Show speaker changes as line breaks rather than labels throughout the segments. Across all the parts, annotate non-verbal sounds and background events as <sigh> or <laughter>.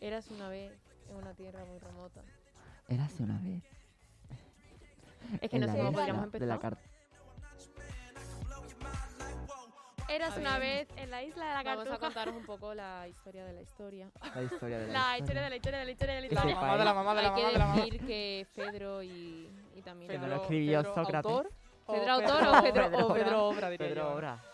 Eras una vez en una tierra muy remota.
Érase una vez.
Es que
en
no
la
sé cómo
isla
podríamos
de la
empezar.
carta.
Eras una
bien.
vez en la isla de la
Vamos a
cartuja.
contaros un poco la historia de la
<laughs>
historia.
La
<laughs>
historia de la,
La historia de la historia de la historia de la
Que
historia.
sepáis
mamá de la mamá de la
Hay
mamá de
que
la mamá.
decir que Pedro y, y también
Pedro lo escribió Sócrates. <laughs>
autor, o
Pedro autor o Pedro obra.
o Oh, Pedro obra, diría
Pedro
yo.
Obra.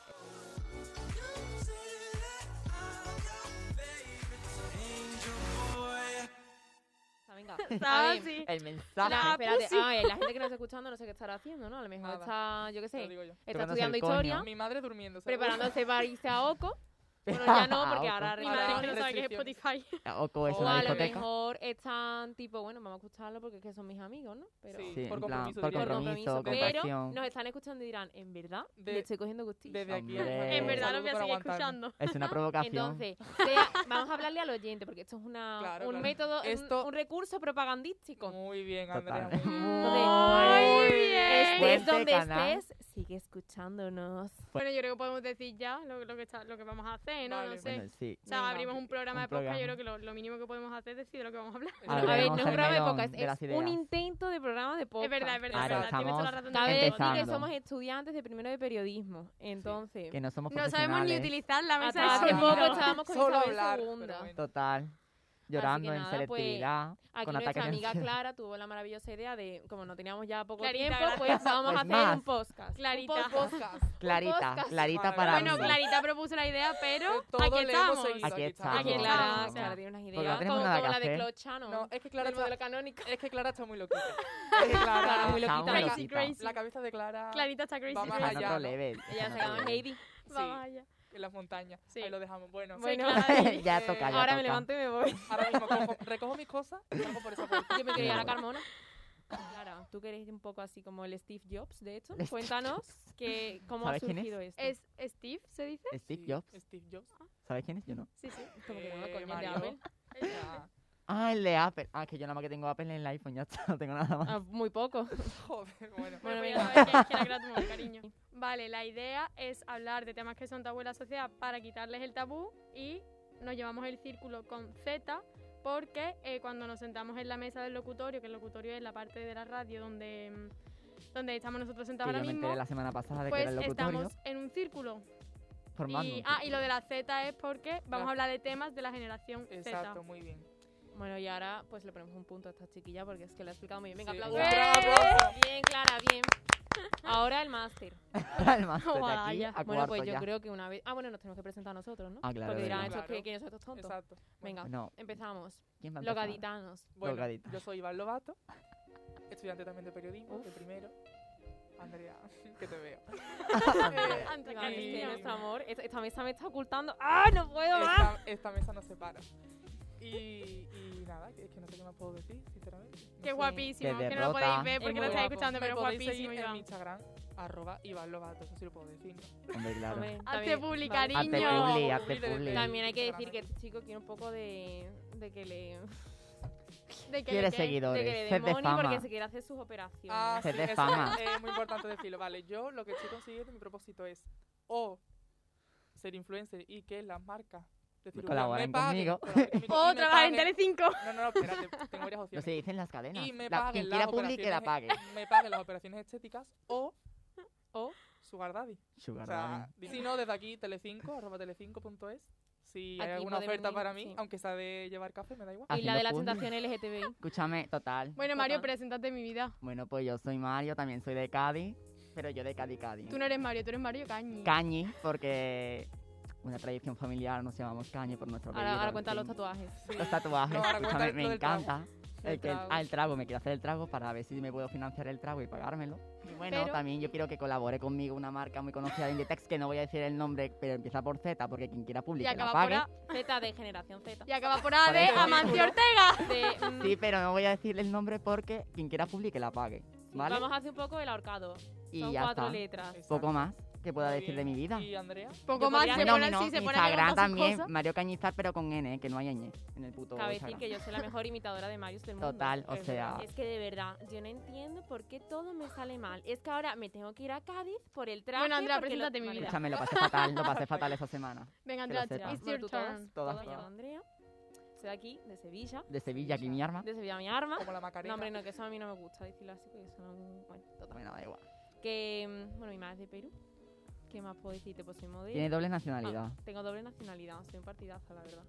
Ah,
<laughs>
venga.
Ah,
Está bien.
sí.
El
La,
mensaje.
La
espérate,
pussy.
a ver, la gente que nos está escuchando no sé qué estará haciendo, ¿no? A lo mejor
Nada.
está, yo qué
Te lo
sé,
digo yo.
está
Tocándose el
estudiando
coño.
historia,
Mi madre durmiendo. ¿sabes?
preparándose para irse a Oco. Bueno, ya no,
<laughs>
porque
Ah,
ahora
Mi madre que no
restricciones.
sabe qué es
restricción.
Spotify.
Oco es
O
<laughs> una
a lo
discoteca.
mejor están tipo, bueno, vamos a escucharlo porque es que son mis amigos, ¿no? Pero,
Sí.
Sí,
Por
en plan,
compromiso,
por
diría yo.
compromiso,
Por compromiso,
pero
compasión.
nos están escuchando y dirán, ¿en verdad?
De-
Le estoy cogiendo gustillo.
<laughs> Desde aquí.
Hombre. Eh,
En verdad
un
lo voy a
saludo
seguir
por aguantarme.
escuchando.
<laughs>
Es una provocación.
Entonces, sea- vamos a hablarle al oyente porque esto es una,
Claro,
un
claro.
método, un-
Esto-
un, recurso propagandístico.
Muy bien,
<laughs>
Andrea.
Total.
muy bien.
Muy
bien.
Estés
Fuerte
donde
canal.
estés, sigue escuchándonos.
Bueno, yo creo que podemos decir ya lo, lo que, está, lo que vamos a hacer, ¿no?
Vale.
No sé.
Bueno,
pues,
sí.
o sea,
venga,
abrimos un programa
un
de podcast, yo
programa.
creo que lo, lo mínimo que podemos hacer es decir de lo que vamos a hablar.
No, a
Ahora
ver, no
vamos
es
al
un programa de
melón
podcast,
de las
es un
ideas.
intento de programa de podcast.
Es verdad, es verdad,
Ahora
es verdad. Tienes toda la razón del
Cabe
mundo.
decir que
Empezando.
somos estudiantes de primero de periodismo, entonces...
Que no somos
No sabemos ni
profesionales.
utilizar la mesa
Hasta
de
hace
sonido.
poco estábamos con
Solo
Isabel
hablar. pero
Segunda.
bueno.
Total. Llorando
Así que
en
nada, pues,
selectividad.
Aquí
con ataques
nuestra
de
amiga
ansiedad.
Clara tuvo la maravillosa idea de, como no teníamos ya poco
Clarita,
tiempo,
gracias.
pues vamos a
Es
hacer
más.
un podcast.
Clarita.
Un podcast.
<laughs> Podcast.
Clarita,
podcast.
Clarita
Madre
para
<laughs> Bueno,
mí.
Clarita propuso la idea, pero
Eh, todo
aquí
le
estamos.
hemos seguido,
Aquí Aquí
estamos.
Aquí
estamos.
Clara,
Ah,
Clara
no.
tiene unas
Porque no
ideas,
tenemos
como,
nada
como
que
la de
hacer.
Clochano.
No, es que Clara
del modelo
está,
canónico.
es que Clara está muy loquita.
<laughs>
Es que Clara,
Clara, muy
Está
loquita.
muy
Crazy,
loquita.
crazy.
La cabeza de Clara.
Clarita está crazy.
Vamos
Está en
crazy.
allá.
otro
¿no?
level.
Ella se
está en otro
llama
level.
Heidi.
Sí,
Vamos allá.
en las montañas.
Sí.
Ahí lo dejamos. Bueno,
Bueno,
<laughs> ya
Eh,
toca, ya
Ahora me
toca.
levanto y me voy.
ahora mismo cojo- recojo mis cosas y salgo por esa puerta.
Yo me quería la
voy.
Carmona. Clara, tú que eres un poco así como el Steve Jobs, de hecho,
El <laughs> Steve
cuéntanos que, cómo ha
¿Sabes quién es?
surgido esto.
¿Es Steve, se dice?
<laughs> Steve
Sí,
Jobs.
Steve Jobs.
¿Sabes quién es? Yo no.
Sí, sí.
Como que no,
Eh,
coño, el de
Mario.
Apple.
Ya.
Ah, el de Apple. Ah, que yo nada más que tengo Apple en el iPhone, ya está, no tengo nada más.
Ah, muy poco.
Joder, bueno.
Bueno,
Bueno, pues
venga.
ya sabes que es que la gratuita, cariño. Vale, la idea es hablar de temas que son tabú en la sociedad para quitarles el tabú y nos llevamos el círculo con Z porque eh, cuando nos sentamos en la mesa del locutorio, que el locutorio es la parte de la radio donde, mm, donde estamos nosotros
Que
sentados
yo
ahora
me
mismo,
enteré la semana pasada de que
pues
era el locutorio
estamos en un círculo.
formando.
Y,
un <laughs>
ah,
tipo.
y lo de la Z es porque vamos
La-
a hablar de temas de la generación Z. <laughs>
Exacto, muy bien.
<laughs> Bueno, y ahora pues le ponemos un punto a esta chiquilla porque es que la ha explicado muy bien. Venga,
Sí.
aplausos.
Un
gran aplauso.
Bien, Clara, bien. <laughs> Ahora el máster.
El máster de
Ojalá,
aquí
ya.
a
Bueno,
cuarto
pues yo
ya.
creo que una vez. Ah, bueno, nos tenemos que presentar nosotros, ¿no?
Ah, claro,
Porque dirán
verdad.
estos que
Claro.
quiénes son estos tontos.
Exacto.
Venga,
Ah, No,
empezamos.
¿quién va a empezar?
Logaditanos.
Bueno,
Drogadita.
yo soy Iván Lobato, estudiante también de periodismo, de primero. Andrea, <laughs> que
<laughs>
te veo. Eh,
Ante-
Venga, es que
cariño.
nuestro amor. Esta, esta mesa me está ocultando. ¡Ah, no puedo más!
esta, esta mesa nos separa. Y, y nada, es que no sé qué más puedo decir, sinceramente. No
Qué
sé.
Qué
guapísimo, que no lo
derrota.
podéis ver porque
Es
lo
muy
estáis
guapo.
escuchando,
Me
pero
podéis
guapísimo,
seguir en mi
Iván.
Instagram, arroba Iván Lobato, eso sí lo puedo decir.
Hombre, claro.
Hombre,
Hazte
también-
publi,
vale.
Hazte
cariño.
publi,
Publi
hazte
de- de-
publi.
También hay que
Instagram.
decir que este chico quiere un poco de, de que le.
De
Quiere
que le quede-
de que
seguidores,
le dé
sed de
money
fama.
porque se quiere hacer sus operaciones. <laughs>
Ah,
Se
sí,
te
eso
fama.
Es, es muy importante decirlo. Vale, yo lo que estoy consiguiendo, mi propósito es o ser influencer y que las marcas de cirugía
Colaboren
me paguen,
conmigo.
<laughs>
colaboren conmigo y
O
me
trabajar pues, en
paguen-
Telecinco.
No, no, no, espérate, tengo varias
Lo
opciones.
se dicen las cadenas.
Y me
La-
paguen
quien
las
quiera publi que la pague.
<laughs> operaciones- Me paguen las operaciones estéticas o
O
Sugar Daddy.
Sugar
O sea,
daddy.
si no, desde aquí, telecinco, arroba telecinco.es. Si hay
Aquí
alguna
podemos
oferta
ir,
para mí,
sí.
aunque sea de llevar café, me
<laughs>
da igual.
Ah.
y la de la
haciendo
tentación LGTBI.
Escúchame, total.
Bueno, Mario,
Total.
preséntate mi vida.
Bueno, pues yo soy Mario, también soy de Cádiz, pero yo de Cádiz, Cádiz.
Tú no eres Mario, tú eres Mario Cañi.
Cañi, porque una tradición familiar nos llamamos Cañi por nuestro apellido.
Ahora, ahora
en
cuenta los
fin.
tatuajes.
Sí.
Los tatuajes,
No, ahora
escúchame,
cuenta
me
lo del trago.
encanta.
Del
El que-
trago.
ah, el trago, me quiero hacer el trago para ver si me puedo financiar el trago y pagármelo. Y bueno,
Pero-
también yo quiero que colabore conmigo una marca muy conocida de Inditex, que no voy a decir el nombre, pero empieza por Z, porque quien quiera
Y
publicar la
acaba, por
pague.
A,
Z de generación Z.
y acaba por A de
Parece
Amancio
ridículo.
Ortega.
De, mm,
Sí, pero no voy a decir el nombre porque quien quiera publique la pague. ¿Vale?
Vamos a hacer un poco el ahorcado.
y
Son
ya
cuatro
está.
letras.
Exacto.
Poco más que pueda
Muy
decir de
bien.
mi vida.
¿Y Andrea?
Poco
Yo
más
podría-
se
Bueno,
pone
mi, no,
así, se
mi
pone a
Instagram
levantar sus
también,
cosas.
Mario Cañizar, pero con N, ¿eh? que no hay ñ en el puto
Cabe decir
Instagram.
que yo soy la mejor imitadora de Marius del mundo.
Total, o
Es
sea,
Es que de verdad, yo no entiendo por qué todo me sale mal. Es que ahora me tengo que ir a Cádiz por el traje.
Bueno, Andrea,
porque lo-
preséntate mi
Vale,
vida.
escúchame, lo pasé fatal, lo pasé fatal esa semana.
Venga,
que lo
Andrea,
sepa.
it's
Bueno,
your
tú
turn.
todas,
Todas,
todas llaman
todas.
Andrea. soy de aquí, de Sevilla.
De Sevilla, aquí mi arma.
De Sevilla mi arma.
Como la
No,
Macarena.
hombre, no, que eso a mí no me gusta decirlo así, porque eso no... Bueno, total.
Bueno, da igual.
Que, mm, bueno, mi madre es de Perú. ¿Qué más puedo decirte? Pues soy modelo.
Tiene doble nacionalidad.
Tengo doble nacionalidad, soy un partidazo, la verdad.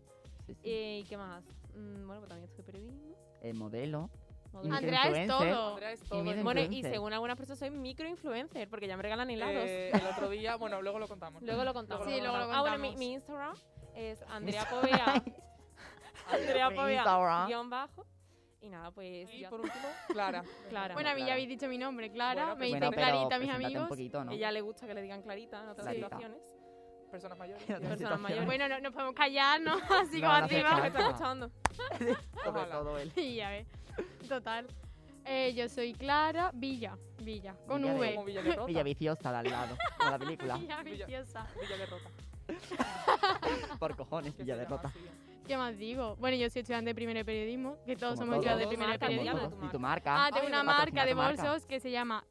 Sí, sí.
Ah. Eh, ¿Y qué más? Mm, bueno, pues también estoy periodismo.
El modelo.
modelo.
Andrea
Andrea es
influencer.
todo.
Andrea es
Y
todo.
mira-
Eh,
Bueno, y
influencer.
según algunas personas soy microinfluencer, porque ya me regalan helados.
el otro día, bueno, luego lo contamos.
Eh, Luego lo contamos.
Sí, <laughs> luego lo
Ah, bueno, mi,
contamos.
mi Instagram es Andrea Povea.
<laughs>
Andrea
Mi
Povea.
Instagram.
Guión bajo. Y nada, pues.
Y
ya
por último,
<laughs>
Clara.
Clara.
Bueno, a mí ya
Clara.
habéis dicho mi nombre, Clara.
Bueno,
me
bueno,
dicen
pero
Clarita, mis
preséntate
amigos.
un poquito, ¿no?
Ella le gusta que le digan clarita en otras
Clarita.
situaciones.
Personas mayores.
Pero
ya.
sí.
Personas mayores.
<laughs>
Bueno, no, nos podemos callar, ¿no? Así
No,
como
no hace
Bueno, me
arriba. <laughs>
falta.
está Pues, escuchando.
Sobre
Ojalá.
todo él.
Y ya ves. Total. Eh, yo soy Clara Villa. Villa. Con
Villa de-
V. <laughs>
Como Villa de Rota.
Villa Viciosa de al lado, de la película.
Villa
Villa.
viciosa.
Villa
<laughs>
de Rota.
Por cojones,
que
Villa
se
de tota.
llama
Rota.
así.
¿qué más digo? Bueno, yo soy estudiante de primero de periodismo, que todos
Como
somos
todos.
estudiantes de
Todos,
primero de
marca,
Como
llama
periodismo.
tu
todos.
marca.
Y tu marca.
Ah, tengo
Ay,
una
verdad,
marca de
patrocina tu marca.
bolsos que se llama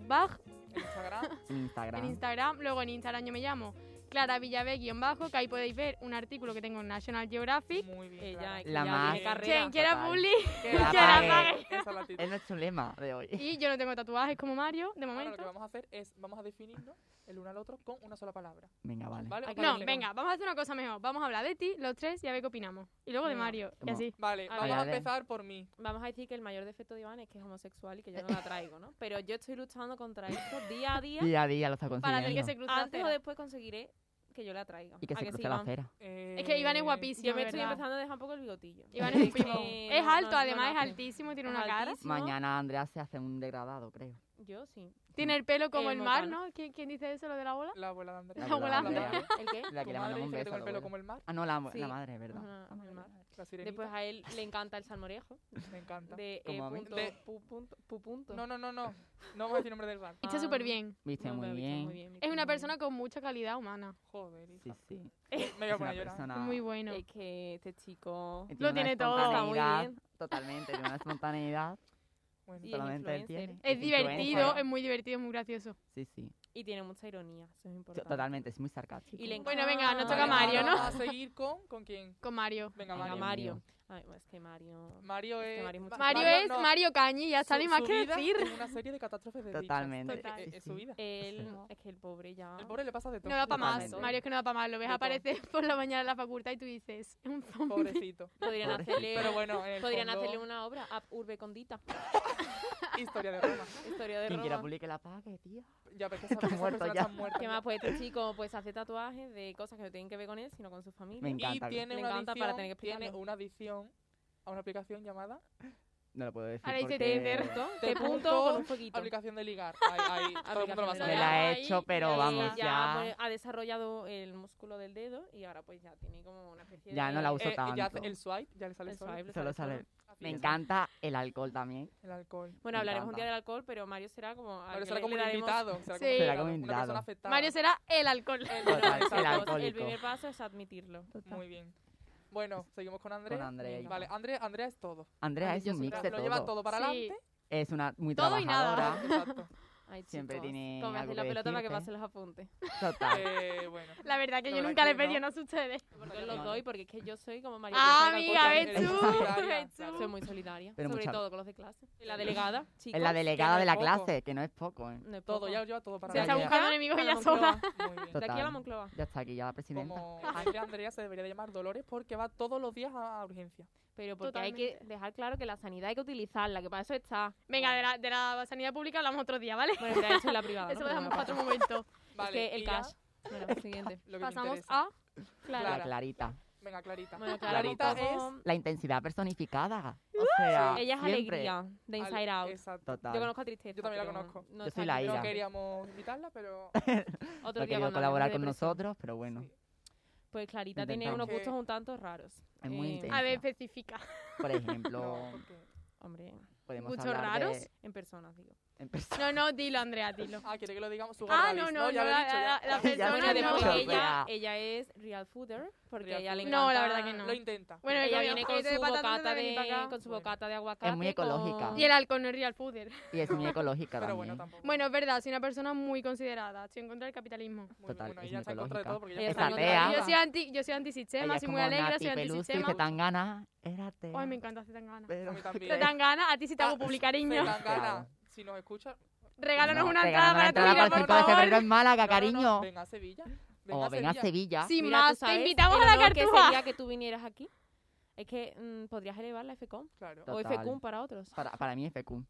thefica.bag
En Instagram.
<laughs>
En
en
Instagram.
Instagram. Luego en Instagram yo me llamo Clara Villavé-bajo, que ahí podéis ver un artículo que tengo en National Geographic.
Muy bien.
Ella,
Clara. <laughs>
que
La
ya
más-
tiene carrera.
Quien quiera
total.
<laughs> bully.
Que
Que
la
la
pague.
pague.
Esa es la actitud.
Es nuestro lema de hoy.
Y yo no tengo tatuajes como Mario, de
Ahora lo que
momento.
vamos a hacer es, vamos a definirnos el uno al otro con una sola palabra.
Venga, vale.
¿Vale?
Hay que
No,
Vale.
venga, vamos a hacer una cosa mejor. Vamos a hablar de ti, los tres, y a ver qué opinamos. Y luego de
Venga.
Mario, y
Toma.
así.
Vale,
A
vamos
ver.
a empezar por mí.
Vamos a decir que el mayor defecto de Iván es que es homosexual y que yo no la traigo, ¿no? Pero yo estoy luchando contra esto día a
<laughs>
día.
Día a día lo está consiguiendo.
Para hacer que se cruce la
Antes o
acera.
después conseguiré que yo la traiga.
Y que
¿A
se
sí,
cruce la
Iván?
acera.
Es que Iván es
Eh,
guapísimo,
Yo me
de
estoy
verdad.
empezando a dejar un poco el bigotillo.
Iván <laughs> es un
que
primo.
no-
Es
no-
alto,
no
además es
nace.
altísimo, tiene
Es
una cara.
altísimo.
Mañana Andrea se hace un degradado, creo.
Yo sí.
Tiene el pelo como
Eh,
el mar,
Moicano.
¿no? ¿Quién, quién dice eso, lo de la ola?
La abuela de Andrea.
La
La abuela abuela de de
Andrea.
¿El qué?
La que le
Tu madre
mandamos un
dice que tengo
beso.
el pelo
luego.
como el mar,
Ah, no, la,
Sí.
la madre, ¿verdad?
Ajá,
La madre,
el mar.
la madre.
la sirenita.
Después a él le encanta el salmorejo.
Me encanta.
De eh,
Como a mí.
punto,
De-
pu, punto, pu punto.
No, no, no, no. No vamos a decir nombre del bar.
Ah.
Está súper bien.
Viste
No,
muy,
pero
bien.
está muy bien,
Es una
muy
persona con mucha calidad humana.
Joder,
Sí,
hija.
sí.
Me voy
Es
a
una
poner a llorar.
persona.
Muy bueno.
Eh,
bien. Es que este chico...
que
Lo
una
tiene todo. Está
muy
espontaneidad,
bien.
Totalmente, tiene una espontaneidad.
Bueno,
Y es
solamente él
influencer.
tiene.
Es divertido,
influencer.
es muy divertido, es muy gracioso.
Sí, sí.
Y tiene mucha ironía, eso es importante.
Totalmente, es muy sarcástico.
Y le
Bueno,
encanta-
venga, nos toca
vale,
Mario,
ahora
¿no?
Vamos a seguir con... ¿Con quién?
Con Mario.
Venga,
Venga,
Mario.
Mario.
Ay, bueno, es que Mario...
Mario
Es que
es...
Mario es mucho-
Ma-
Mario es
no,
Mario Cañi, ya está,
su-
ni más
su
que
vida
decir.
es una serie de catástrofes de dichas.
Totalmente.
Total.
Eh, eh,
Sí,
Es su
sí.
vida.
Él...
Sí.
Es que el pobre ya...
El pobre le pasa de todo.
No da para más.
Totalmente.
Mario es que no da para más. Lo ves
De todo.
aparecer <laughs> por la mañana en la facultad y tú dices, es un zombie.
<laughs>
Pobrecito.
Podrían
Pobre.
hacerle...
Pero bueno, en el
Podrían
fondo,
hacerle una obra, Ab Urbe Condita,
historia de Roma.
historia de
Quien quiera
Roma.
publique la pague, tío.
Ya, pero esas,
Está
esas
muerto
personas
ya.
están muertas
¿Qué
ya.
más? Pues este chico pues hace tatuajes de cosas que no tienen que ver con él, sino con su familia.
Me encanta.
Y tiene
Me
una
encanta para
adicción,
tener que
tiene
explicarlo.
una adicción a una aplicación llamada
No lo puedo decir.
Ahora dice
porque
Tinder.
Te punto con un poquito.
aplicación de ligar. Ahí, ahí, todo el mundo lo va a
Aplicación
Me
de
saber.
ligar.
la
Ahí,
he hecho, pero
ahí
vamos,
ya,
ya.
pues, ha desarrollado el músculo del dedo y ahora pues ya tiene como una especie de...
Ya no la uso
Eh, ya
tanto.
el swipe, ya le sale
El
el swipe.
swipe.
Solo
sale
sale.
Así
Me
es,
encanta el alcohol también.
El alcohol.
Bueno,
Me
hablaremos un
encanta.
día del alcohol, pero Mario será como... al
Mario
que
será
le-
como
le
un
daremos-
invitado. Será
Sí.
Será
como
como
un invitado, Una
invitado.
persona afectada.
Mario será el alcohol. <laughs>
El-
Total,
exacto.
el alcohol.
El
alcohólico.
primer paso es admitirlo.
Muy bien. Bueno, seguimos con Andrea.
Con Andrea y-
Vale, Andrea, Andrea es todo.
Andrea es
Yo
un
soy
mix
la-
de
lo lleva
todo.
todo para
Sí.
adelante. Ah,
Es una muy
Todo y nada.
trabajadora. <laughs>
Exacto.
Ay,
Siempre
chicos,
tiene
Como me hace
algo
la
que
pelota para que
decirte.
pase los apuntes.
<laughs>
Total.
Eh, bueno.
La verdad que
La
yo
verdad
nunca
que
le pedí,
no.
no sucede.
Yo los doy porque es que yo soy como Mario.
Ah,
Teresa
amiga,
Calcuta,
ves
eres
tú. <laughs>
solidaria,
ves
claro.
Soy
tú.
muy solidaria,
Pero
sobre
mucha-
todo con los de clase. Y la delegada, chicos.
Es la delegada
no
de
es
la
poco.
clase, que no es poco, ¿eh?
No es
Todo,
poco.
ya lo lleva todo para
Se está
Ya,
adelante.
ya.
buscando enemigos
A la
ella sola.
Muy bien.
De aquí a la
Total.
Moncloa.
Ya está aquí, ya la presidenta.
Como Andrea, Andrea se debería llamar Dolores porque va todos los días a, a urgencia.
Pero porque hay que
Totalmente.
dejar claro que la sanidad hay que utilizarla, que para eso está.
Venga, de la, de la sanidad pública hablamos otro día, ¿vale?
Bueno, pero eso es la privada.
<laughs> Eso
¿no?
lo dejamos
Pero
para otro momento.
<laughs> Es que el
y ya,
cash.
<laughs>
Bueno, siguiente.
Lo que te
Pasamos
interesa.
a...
La
Clara.
Clarita.
Venga, Clarita.
Bueno,
Clarita
un
es...
poco-
La intensidad personificada. O sea,
Ella es
Ah, siempre.
alegría de Inside
Al-
Out.
Exacto.
Yo
Total.
conozco a Tristeza.
Yo también la
pero
conozco.
no
Yo
está
soy la
aquí.
ella.
No queríamos invitarla, pero
Otro
No
día
quería
cuando
colaborar
hablemos
con
de depresión.
nosotros, pero bueno,
sí.
Pues Clarita tiene
Intentamos.
unos
Que-
gustos un tanto raros. Eh,
Es muy
A
intensa.
ver, especifica.
por ejemplo,
no, porque-
Hombre,
podemos
¿Muchos
hablar de-
raros?
en personas, digo.
en persona.
No, no, dilo, Andrea, dilo.
Ah, quiere que lo digamos su
Ah,
garra
no,
bis,
no,
Ya
no,
lo he
la-
dicho, ya.
la- la
<laughs> Ya.
persona
Bueno,
no,
que
no.
después
Pero,
ella,
vea.
ella es real fooder, porque
Real
a ella le
fooder.
encanta.
No, la verdad que no.
Lo intenta.
Bueno,
ella
yo-
viene con
aceite de
su,
patata,
bocata
vení pa'
de,
acá.
con su
Bueno.
bocata de aguacate.
muy ecológica.
con-
Y el alcohol no es real fooder.
<laughs> Y es muy ecológica
pero
también.
bueno, tampoco.
Bueno, es verdad, soy una persona muy considerada. Estoy en contra del capitalismo.
Muy
Total,
bueno,
es
ella está en contra de
micológica.
todo porque ella
Ella
está
está
en
atea.
contra de
Yo
todo.
soy,
<laughs>
anti, yo soy
Eh, Ella
antisistema,
es
soy
como
muy alegre, soy
Nati Peluso y
antisistema.
Zetangana era atea.
Ay, me encanta Zetangana.
Pero-
A mí también.
Pero tan gana, a ti sí te hago publicar, niño.
Zetangana,
Claro.
si nos escucha,
Regálanos
No,
una
te
entrada
ganó
para
la
tu
entrada
vida,
para el
por
5 de febrero
favor.
en Málaga,
No, no, no,
cariño.
Ven a Sevilla. Ven
O
a
ven a
Sevilla.
Sevilla.
Sin
Mira, tú
más, te
sabes
invitamos
el
a la
honor que
cartuja.
sería que tú vinieras aquí. Es que mm, podrías elevar la FECOM
Claro.
o
Total. Ah,
FECUM para otros.
Para, para mí es FQ.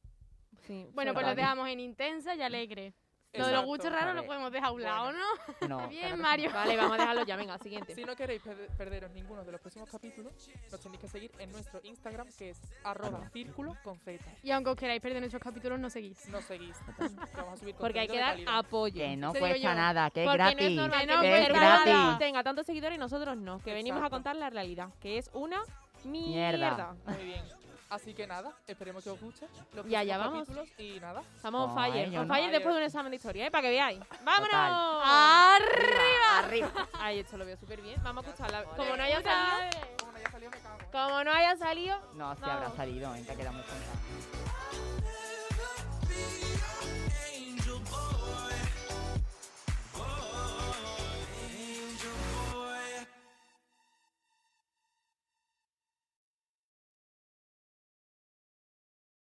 Sí,
Bueno, pues lo
sobre-
Total.
dejamos en intensa y alegre. Lo de los
Exacto.
gustos raros lo
Vale.
podemos dejar a un lado,
Bueno.
¿no?
No,
Está
claro
bien,
que sí.
Mario.
Vale, vamos a dejarlo ya. Venga, siguiente.
Si no queréis per- perderos ninguno de los próximos capítulos, nos tenéis que seguir en nuestro Instagram que es arroba círculo con Z.
Y aunque os queráis perder nuestros capítulos, no seguís.
Nos seguís. que Vamos a subir
Porque hay
contenido
que
de
dar
calidad.
apoyo.
Que no
Te digo yo.
cuesta nada, que es
Porque
gratis.
no es normal que,
Que no
cualquier
cuesta
persona
nada.
tenga tantos seguidores y nosotros no. Que venimos a
Exacto.
contar la realidad, que es una mierda.
Mierda.
Muy bien. Así que nada, esperemos que os guste los
Y allá
próximos
vamos.
capítulos y nada.
Estamos on
Ay,
fire.
yo
on
no.
fire después de un examen de historia, ¿eh? Para que veáis. ¡Vámonos!
Ah. ¡Arriba!
Arriba.
Ay, esto lo veo súper bien. Vamos a escucharla.
Ole.
Como no haya salido,
Como no haya salido, me cago. ¿eh?
como no haya salido,
No, si habrá
Vamos.
salido, ¿eh? te ha quedado muy contenta.
Thank